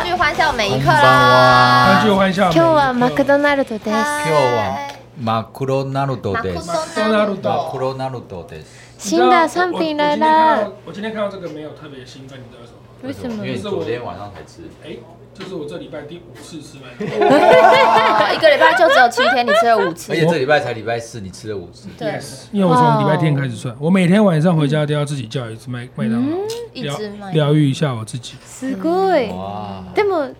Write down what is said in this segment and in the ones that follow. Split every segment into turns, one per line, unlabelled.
こんばんは。
こんにちは、今
啊今日はマクドナルドです。
今日はマクロナルドです。
ドナル
マク
ド。
ロナルドです。
新的商品来啦！
我今天看到这个没有特别兴奋，你知道为什么吗？
为什么
因为昨天晚上才吃。
哎，这是我这礼拜第五次吃麦当
哦一个礼拜就只有七天，你吃了五次
而。且这礼拜才礼拜四，你吃了五次。
对，
因为我
哦
从礼拜天开始算，我每天晚上回家都要自己叫一次麦麦当劳，
嗯
一
疗
只麦。
疗愈一下我自己。
すごい。
哇！
でも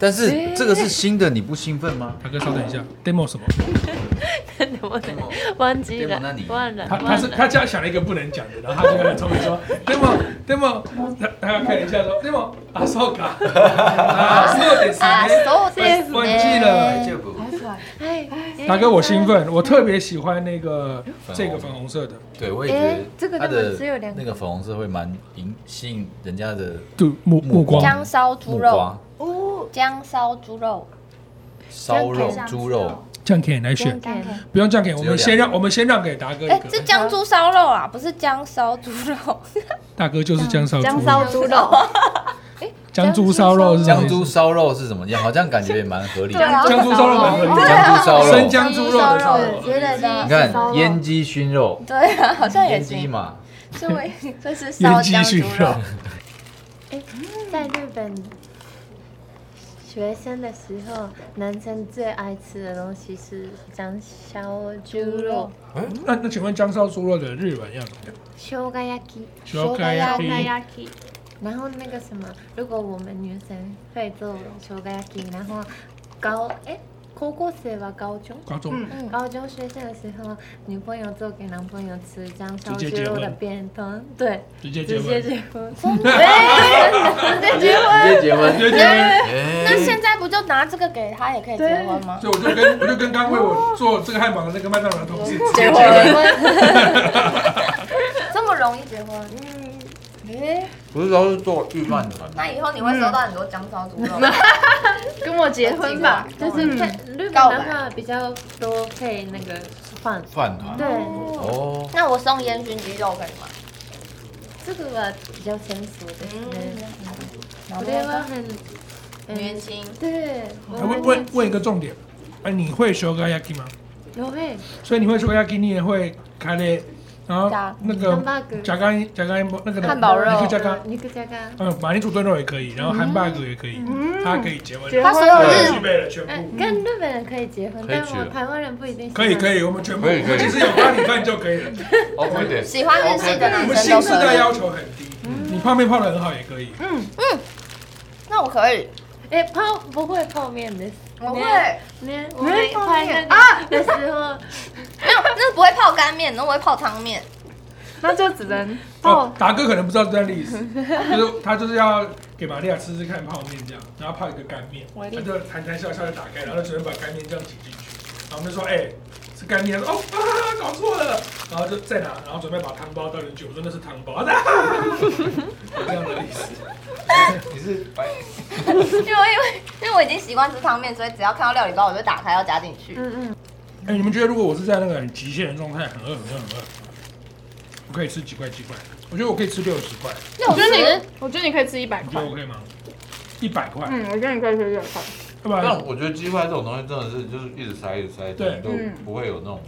但是这个是新的，你不兴奋吗？
大哥，稍等一下，demo 什么？
忘
で
记
も何
忘了
他他是他家想了一个不能讲的，然后他就很聪明说 demo demo，他他要看一下说 demo 啊，そうか，啊，そうです
啊，
ね，
そうです
忘记了。
ね。
哎，
大哥，我兴奋，我特别喜欢那个
嗯
这个粉红色的
对，我也觉得
哎这个
它
根本只有
的
两个
那个粉红色会蛮引吸引人家的
就目目光，
姜烧猪
目
肉，
光。
姜烧猪肉，
烧肉、猪肉，
这样可以来选，
看看
不用这样给我
只有
们
两
先让我们先让给达哥一
哎，是
个，
姜猪烧肉啊，不是姜烧猪肉。
大哥就是姜烧
姜
猪
烧
肉，
猪肉，
姜猪烧肉是什么
江
意
猪
思？
烧肉是怎么样？好像感觉也蛮合理的。
啊
姜猪烧肉蛮合理的，
江猪烧肉，
生姜猪肉的烧肉，
觉得
你
的。
看腌鸡熏肉，
对啊，好像也
腌鸡
行。
嘛，
就会就是烧
原鸡
姜猪
熏肉
肉。，
在日本学生的时候，男生最爱吃的东西是姜烧猪肉、
那那请问姜烧猪肉的日文要怎么样？
生姜焼き、
小
姜焼
鸡
yaki。然后那个什么，如果我们女生会做生姜焼き，然后高哎，高校生は高中。
观众，
嗯
高中学生的时候，女朋友做给男朋友吃姜烧猪
直接结
肉的
婚
便当，对，
直接结
直接
婚，
结婚。
直接结婚，
直接结婚。
哎
那现在不就拿这个给他也可以结婚吗？
所以我就跟我就跟刚为我做这个汉堡的那个麦当劳的同事，
结婚， 这么容易结婚？嗯，诶，
不是都是做预饭团吗？
那以后你会收到很多姜烧猪肉，
跟我结婚吧，嗯就是配日本
告白
的话比较多配那个饭，
饭团
对，
哦，
那我送烟熏鸡肉可以吗？
这个吧比较成熟的，嗯，
然
我
后
觉得很，
年
嗯，
轻，
对，我
问问问一个重点，哎，你会 s u g a yaki 吗？
我会
所以你会说 yaki，你也会咖喱，然后
炸
那个
汉堡肉
加干加干那个
汉堡肉嗯
你可以加干，
哦你可加哦干，
嗯，马铃薯炖肉也可以，然后汉堡也可以，它可以结婚，
结
他
婚
所有
对
具
日
备了全
嗯，
部，
跟日本人可以结婚，
可以
但
娶
我
了
台湾人不一定喜
可
欢
以可以，我们全部，
可以可以
其实有咖喱饭就 可以了，
OK 的，
喜欢日系的
我
男
们
生
新
都
时代
可以。
要求很低，
嗯
你泡面泡的很好也可以，
那我可以，
哎，泡不会泡面的，
我会，
那我们
泡
拍
面
那个的时候，
没有，那不会泡干面，那我会泡汤面。
那就只能
哦，达哥可能不知道这段历史， 就是他就是要给玛利亚吃吃看泡面这样，然后泡一个干面，他就谈谈笑笑的打开，然后就准备把干面这样挤进去，然后我们就说，哎、是干面，他说哦啊，搞错了，然后就在哪，然后准备把汤包倒进去，我说那是汤包， 啊，有这样的历史，
你是
因为因为因为我已经习惯吃汤面，所以只要看到料理包我就打开要加进去。
哎、你们觉得如果我是在那个很极限的状态，很饿很饿很饿，我可以吃几块几块？我觉得我可以吃六十块，
六
我觉得你，我觉得你可以吃一百
你觉
块
得。OK 吗？一百块，
嗯，我觉得你可以吃一百块。
要不然
但我觉得鸡块这种东西真的是就是一直塞一直塞，
对
都
嗯
不会有那种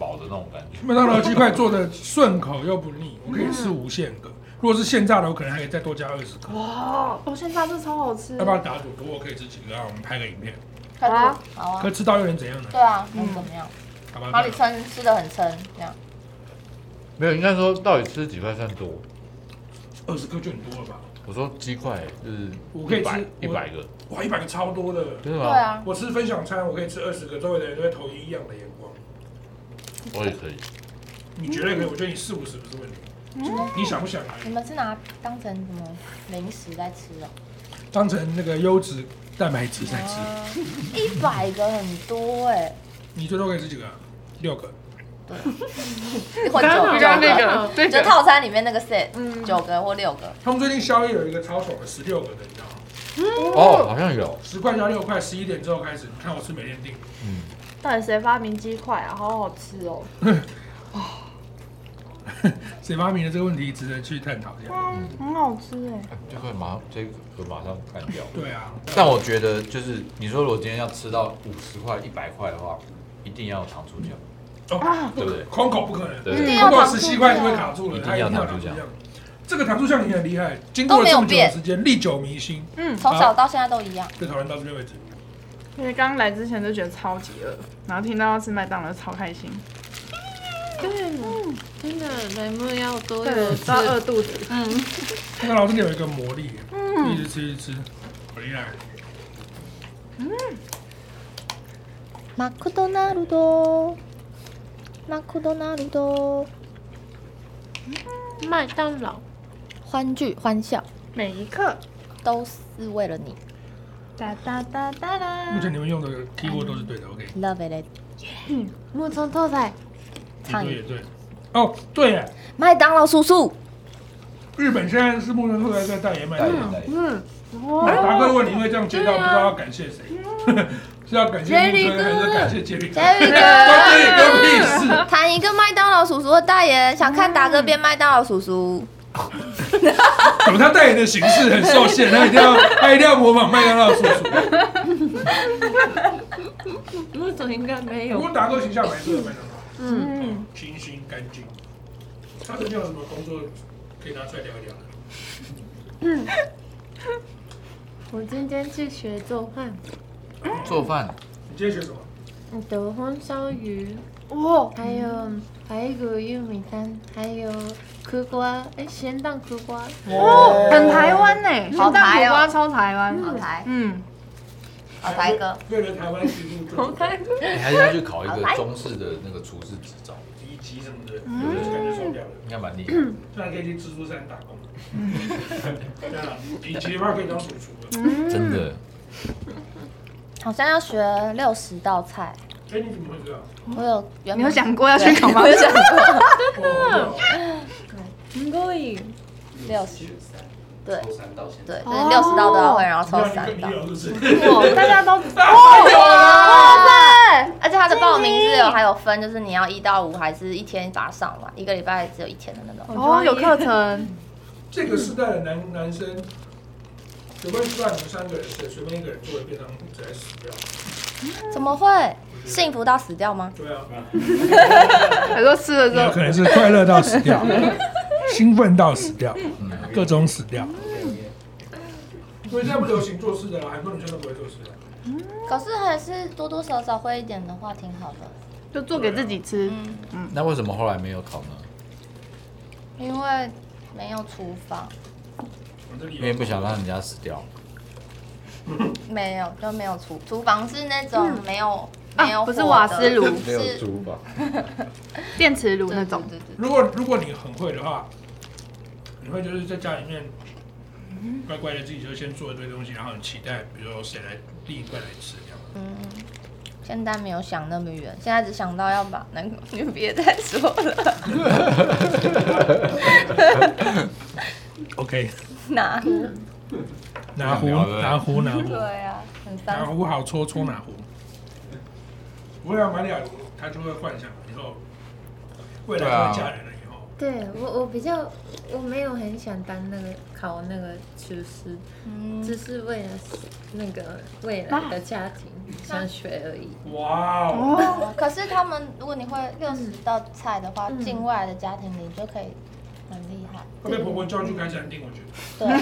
饱的那种感觉。
麦当劳鸡块做的顺口又不腻，我可以吃无限个。如果是现炸的，我可能还可以再多加二十
哦
个。
哇，我现在这超好吃
嗯
要不要打赌？如果我可以吃几个啊？我们拍个影片。
快
好啊
吐好啊
可，吃到又能怎样呢？
对啊，那怎么样？
好吧
哪，里撑吃的很撑，这样
没有，应该说到底吃几块算多？
二十个就很多了吧？
我说鸡块就是
我可以
一
吃
百一
我
百个，
哇，一百个超多的。
真的
对
吗？，
啊，
我吃分享餐，我可以吃二十个，周围的人都会投以异样的眼光。
我也可以。
你绝
嗯
对可以，我觉得你四五十不是问题。你想不想来
你们是拿当成什么零食在吃哦？
当成那个优质蛋白质在吃？
哦一百个很多哎，
你最多可以吃几个啊？六个。
或九
刚好嗯
九
刚那
个，
个，对
就
的，
套餐里面那个 set，九个或六个，
他们最近宵夜有一个超爽的十六个的，你知道吗？
哦，好像有，
十块加六块，十一点之后开始，你看我吃每天订。
到底谁发明鸡块啊？好好吃哦！
谁发明的这个问题值得去探讨一下。
嗯，很好吃哎。
这个马上这个马上干 掉。
对啊，
但我觉得就是你说如果今天要吃到五十块、一百块的话，一定要有糖醋酱，
哦，
对不
嗯
对？
空口不可能，
对
一定
空
要
口
糖
十
醋
七块就会
酱，
卡住了，
一
它
定
一
要
定要
糖醋酱
糖醋酱。这个糖醋酱你很厉害，经过了这么久的时间，历久弥新。
嗯，
从小到现在都一样。
就讨论到这边为止。
因为刚来之前就觉得超级饿，然后听到要吃麦当劳超开心，
对，真的莱姆要多有
对，
吃
到饿肚子。
那个老师有一个魔力，
嗯
一直吃一直吃，回来。
マクドナルド，マクドナルド，
麦当劳。
欢聚欢笑
每一刻，
都是为了你
哒哒哒
目
哒啦。
前你们用的 keyword 都是对的，OK，
，Love it，
木中豆仔，
也对也对。哦，对耶，
麦当劳叔叔，
日本现在是木村拓哉在代言麦
代
当
言
劳。
代言。
嗯，
达
哦，
哥问你会这样
嗯
接到，
啊
不知道要感谢谁， 是要感谢木村还是感谢杰里？
杰里哥
关杰里哥屁事。
谈一个麦当劳叔叔的代言，想看达哥变麦当劳叔叔。
怎么他代言的形式很受限，他一定要他一定要模仿麦当劳叔叔。
木总应该没
不过
有。
达哥形象蛮适合麦 当劳，
嗯，
嗯，
清新干净。他最近有什么工作可以拿出来聊一聊的？
我今天去学做饭，
嗯
做饭
你今天学什么？
有红烧鱼，
哇，
还有排骨玉米干，还有苦瓜，哎，咸蛋苦瓜。
哦，很台湾欸呢，
好台哦
台湾超台
好
湾。
台，
嗯，
好台哥，
为了台湾食物做
好看。
你还是要去考一个中式的那个厨师执照，
第一集什么的，我就感觉受不了了。
应该蛮厉害的。
虽然可以去蜘蛛山打 工，对啊，以前的话可以当主厨了。
真的，
嗯
好像要学六十道菜，
哎，你怎么会知道？
我有原
你
本
有想过要去考吗？
哦，
很过瘾。
六十，对
抽三到现在，
对，就是六十道都要会，然后
那
抽
你
三
跟
道
你。有是不是？
哇，大家都
哦哇塞！而且它的报名是有还有分，就是你要一到五，还是一天把它上完，一个礼拜只有一天的那种。
哦有课 程，
这个时代的男男生，随便吃饭，你们三个人随随便一个人做一便当，直接死掉。
怎么会幸福到死掉吗？
对啊，
很多吃了之后，
可能是快乐到死 掉，兴奋到死掉，各种死掉。所以现在不流行做事的啦，很多女生都不会做事的。
可是还是多多少少会一点的话，挺好的。
就做给自己吃。
嗯，
那为什么后来没有考呢？
因为没有厨房，
我这里
因为不想让人家死掉。
没有就没有厨厨房是那种没有、
啊
没有
不是
火的
瓦斯炉
没有
是
猪吧？
电磁炉那种
对，对对
如果如果你很会的话，你会就是在家里面乖乖的自己就先做一堆东西，然后很期待，比如说谁来另一块来吃这样。
嗯，现在没有想那么远，现在只想到要把那个，你别再说了，
OK，
哪？
拿壶
聊了
拿壶拿 壶
对呀、很
拿
三
壶好搓搓拿壶。不会啊，玛利亚她就会幻想以后未来会嫁人了以后，
对我，我比较，我没有很想当那个考那个厨师，
嗯，
只是为了那个未来的家庭想学而已。
哇哦，
嗯
可是他们，如果你会六十道菜的话，
嗯
境外的家庭你就可以很厉害。
会被婆婆叫去开餐厅，我觉得
对，
还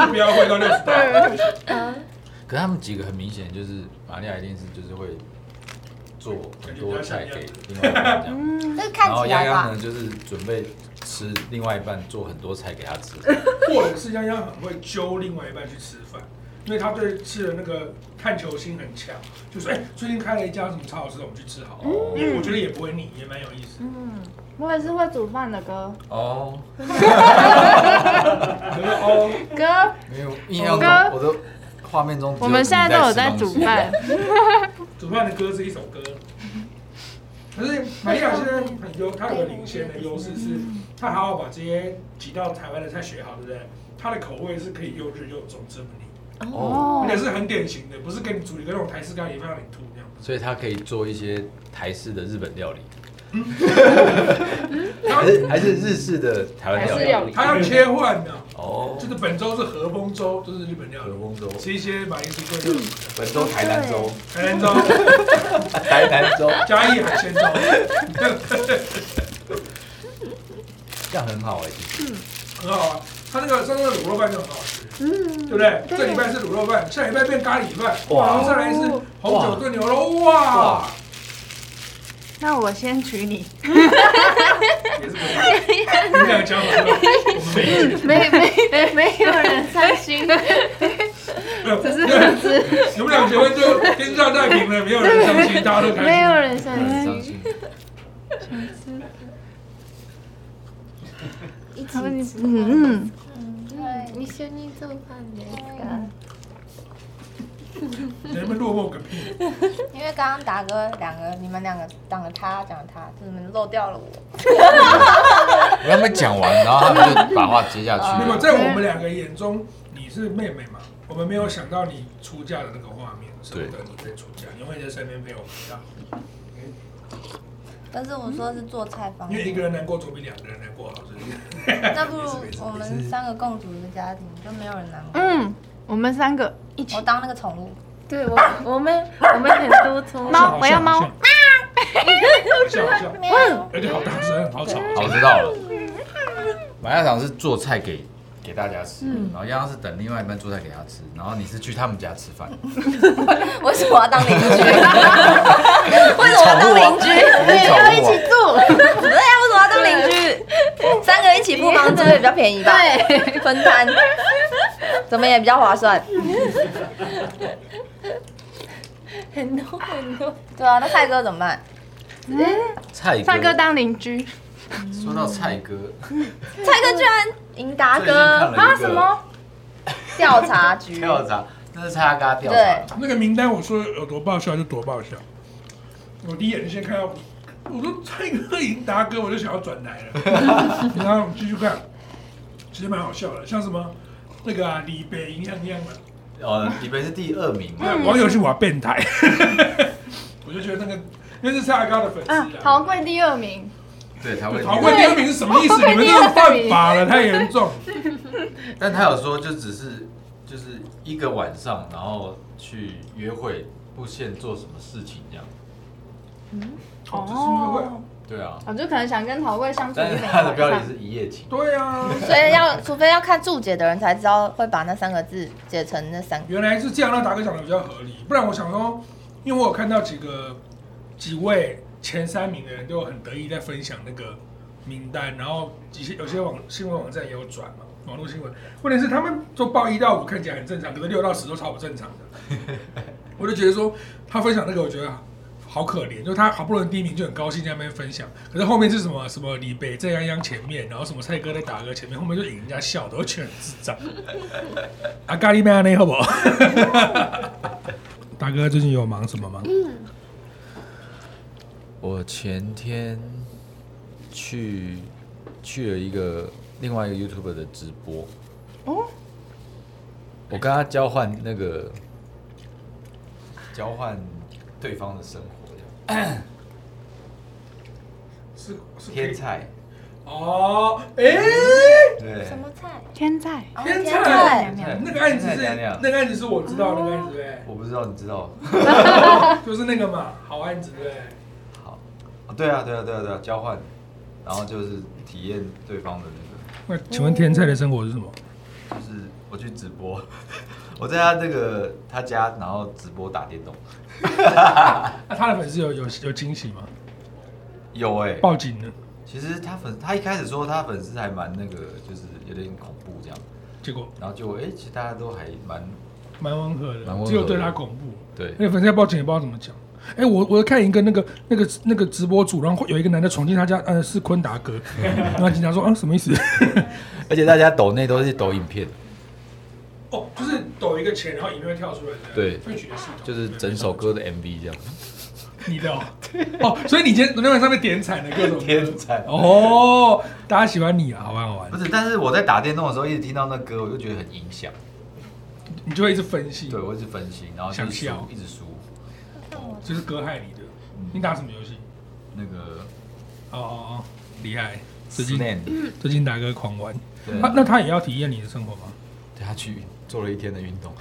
是不要会到六十大。
可是他们几个很明显就是玛利亚一定是就是会做很多菜给另外一半这哦样，
嗯
就是
然
看
后
起
丫
来
丫
吧，
呢就是准备吃另外一半做很多菜给他吃，
或者是泱泱很会揪另外一半去吃饭，因为他对吃的那个探求心很强，就是哎、最近开了一家什么超好吃的，我们去吃好了。
哦
因为我觉得也不会腻，也蛮有意思。
我也是会煮饭的哥
哦，
可是哦，
哥，
没有硬要
我刚
我的画面中只有
我们现在都有在
你吃
煮
东西
饭，
煮饭的歌是一首歌，可是玛利亚现在很优，她有个领先的优势是，她好好把这些几道台湾的菜学好，对不对？她的口味是可以又日又重，吃不腻，
哦，
而且是很典型的，不是给你煮一个那种台式咖喱饭让你吐那样。
所以他可以做一些台式的日本料理，
嗯
还是还是日式的台湾
还是
料
料
理
理
它要切换的，
哦
就，是本周是和风粥，就是日本料
和
理，
风粥，
吃一些马铃薯炖肉，
本州台南 粥，
台南粥、
台南粥，
嘉义海鲜粥，
这样很好
欸
哎，
很好啊。它那个上次的卤肉饭就很好吃，嗯，对不对？这礼拜是卤肉饭，下礼拜变咖喱饭，
哇
然后再来是红酒炖牛肉，哇
哇，
那我先娶你，
也是可以。你们两个讲好了，我们没意见
没没没有人伤心，
只是 你们俩结婚就天下太平了，没有人伤心，大家都开心。
没有人伤
很伤。心。
心
一起
他们
吃
嗯嗯，
嗯一緒に做饭ですか？
你们落寞个屁！
因为刚刚达哥两个，你们两个讲了他，讲了他，就是你们漏掉了我。
我还没讲完，然后他们就把话接下去
那
了。
么在我们两个眼中，你是妹妹嘛？我们没有想到你出嫁的那个画面，舍不得你在出嫁，永远在身边陪我们到。
但是我说是做菜方
因为一
面，
个人难过总比两个人难过好，是不是？
那不如我们三个共组一个家庭，就没有人难过。
嗯，我们三个一起
我。当那个宠物，
对我我们我们很多从
猫，我要猫。
笑笑，
喵
而且好大声，好吵。
嗯
好，知道了。马家场是做菜给给大家吃，
嗯
然后央央是等另外一半做菜给他吃，然后你是去他们家吃饭。
为什么我要当邻居？为什么我要当邻居？
你
哎
是
要一
宠物啊
起住，
对呀，为什么要当邻居？三个一起付房租也比较便宜吧？对，分摊，怎么也比较划算。
很多很多。
对啊，那蔡哥怎么办？
蔡哥，啊
帅哥当邻居
说到蔡哥，
蔡哥居然赢达
最近看
哥
了
啊？
一个
什 么？
调查局，
调查，那是蔡哥调查。
那个名单我说有多爆笑就多爆笑。我第一眼就先看到，我说蔡哥赢达哥，我就想要转台了。然后我们继续看，其实蛮好笑的，像什么那个啊，李北银样一样的。
哦，你们是第二名嘛，
嗯
网友是我要变态，嗯 我就觉得那个因为是蔡阿高的粉丝
啊，
啊。
陶贵第二名，
对，他会
陶贵第二名是什么意思？你们这个犯法了，太严重。
但他有说，就只是就是一个晚上，然后去约会，不限做什么事情这样。
哦，这是因为
对啊，
我就可能想跟陶贵相处一
但
点
是。他的标
晚
题
上
是一夜情，
对啊，
所以要除非要看注解的人才知道会把那三个字解成那三个。
原来是这样，让达哥讲的比较合理。不然我想说，因为我有看到几个几位前三名的人都很得意在分享那个名单，然后一些有些网新闻网站也有转嘛，网络新闻。问题是他们都报一到五看起来很正常，可是六到十都超不正常的。我就觉得说他分享那个，我觉得好可怜，就他好不容易第一名就很高兴在那边分享，可是后面是什么什么李北在泱泱前面，然后什么蔡哥在打哥前面，后面就引人家笑的，我觉得很智障。啊，咖喱妹那好不好？大哥最近有忙什么吗？
嗯
我前天去去了一个另外一个 YouTuber 的直播，哦，我跟他交换那个
交换对方的生活这样。
是是
天菜，
哦，哎、
对，
么菜？
天 在，
哦
天菜
天菜，
菜
那个案子
天
是
菜娘娘
那个案子是我知道那个案子对
我不知道，你知道？
哦
不对，就是那个嘛，好案子对不对。
好，哦对啊，对啊，对啊，对啊，交换，然后就是体验对方的那
那请问天菜的生活是什么？
个，就是我去直播， 我在他这个他家，然后直播打电动。
那、啊他的粉丝有有有惊喜吗？
有哎、
报警了，
其实他粉，他一开始说他粉丝还蛮那个，就是有点恐怖这样，
结果
然后就哎、其实大家都还蛮
蛮温和
蛮温
的，
和的
只有对他恐怖。哎
对
那个粉丝要报警也不知道怎么讲。哎、我我看一个那个那个那个直播主，然后有一个男的闯进他家，呃，是坤 达哥，然后警察说啊，什么意思？
而且大家抖内都是抖 影片，
哦，就是抖一个钱，然后影片会跳出来的，
对
会取的系统
就是整首歌的 MV 这样。
你的哦， 哦，所以你今天昨天晚上被点惨了各种歌
天才。
哦，大家喜欢你啊，好玩好玩
不，是，但是我在打电动的时候一直听到那歌，我就觉得很影响。
你就会一直分析，
对，我一直分心，然后就
想
是
笑
输，一直输。嗯
就是歌害你的。你打什么游戏？
那个
哦哦哦，厉害！最近
Slam，
最近达哥狂玩，
对
他那他也要体验你的生活吗？
对他去做了一天的运动，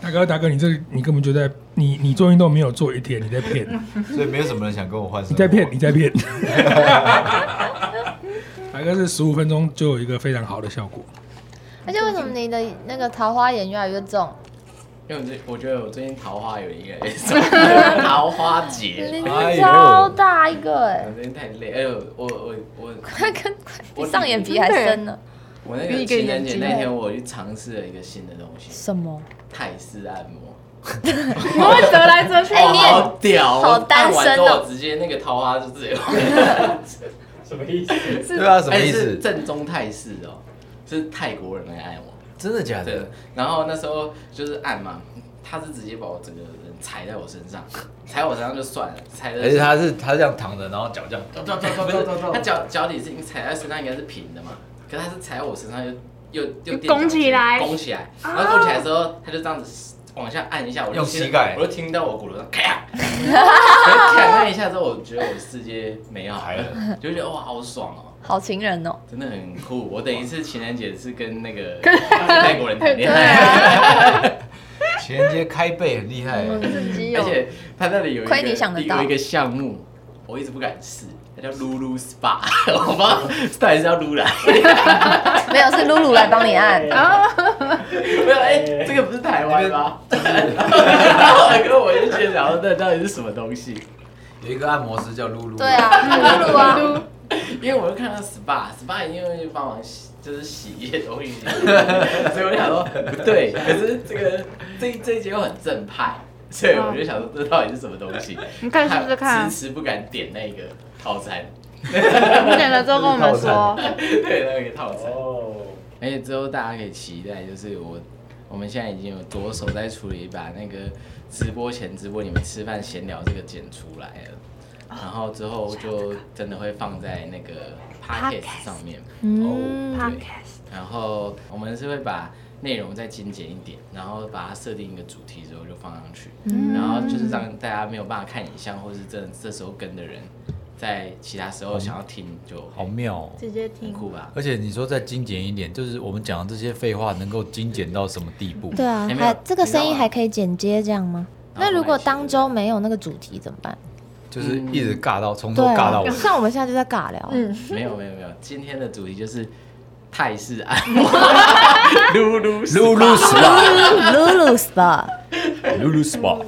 达哥达哥，你这你根本就在你你做运动没有做一天，你在骗，
所以没有什么人想跟我换生活。
你 在骗，你在骗。 达哥是十五分钟就有一个非常好的效果，
而且为什么你的那个桃花眼越来越重？
因为我最我觉得我最近桃花有一个什么桃花节，
你
哎呦
超大一个哎、
我最近太累，哎呦，我我我
快 跟比上眼皮还深呢。
我那
比一
个
个
情人
眼
节
睛
那天，我去尝试了一个新的东西，
什么？
泰式按摩，
你会折来折去
哎
哇，
你也
好屌哦，
好单身哦
按完之后我直接那个桃花就直 接，
什么意思？
对啊，什么
哎
意
是
思？
正宗泰式哦，是泰国人来按我。
真的
嗯
假
对
的？，
然后那时候就是按嘛，他是直接把我整个人踩在我身上，踩我身上就算了，踩的
而且他是他是这样躺着，然后脚这样，
咚咚咚咚咚咚，他脚脚底是应踩在身上应该是平的嘛，可是他是踩在我身上又又又垫脚
拱起来
拱起来，然后拱起来的时候他就这样子往下按一下，我就
用
听
膝盖
我就听到我骨头上咔， 然后咔那一下之后，我觉得我世界美好
来
了，就觉得哇好爽哦。
好情人哦，
真的很酷，我等一次情人节是跟那个泰国人谈恋 爱，
情人节开背很厉害。
嗯
自己
而且他那里有一个
亏你想得到
有一个项目，我一直不敢试，它叫噜噜 SPA，我 不知道到底是要撸来，
没有，是露露来帮你按。
没有哎、这个不是台湾吗？ 然后我跟我就觉得，然后那到底是什么东西？
有一个按摩师叫露露，
对，啊，露露啊，
因为我就看到 SPA，SPA 一定会帮忙洗，就是洗一些东西，所以我就想说不对，可是这个这这一节又很正派，所以我就想说这到底是什么东西？
你看是不是看啊
还？迟迟不敢点那个套餐，
你点了之后跟我 们说，
对那个套餐。
哦，
而且之后大家可以期待，就是我我们现在已经有着手在处理把那个直播前直播你们吃饭闲聊这个剪出来了，然后之后就真的会放在那个 podcast 上面。
嗯，
对然后我们是会把内容再精简一点，然后把它设定一个主题之后就放上去，然后就是让大家没有办法看影像，或是真的这时候跟的人，在其他时候想要听就
好妙哦。
直接听
很酷吧。
而且你说再精简一点，就是我们讲的这些废话能够精简到什么地步？
对啊
哎，没有
还这个声
你知道
音
吗
还可以剪接这样吗？
然后
那如果当周
我
啊没有那个主题怎么办？
就是一直尬到从头
对
尬到
啊
尾，，
像我们现在就在尬聊，
们来
嗯
学 没有没有没有，今天的主题就是泰式按摩， 噜噜
露露 SPA，
露露 SPA，
露露 SPA，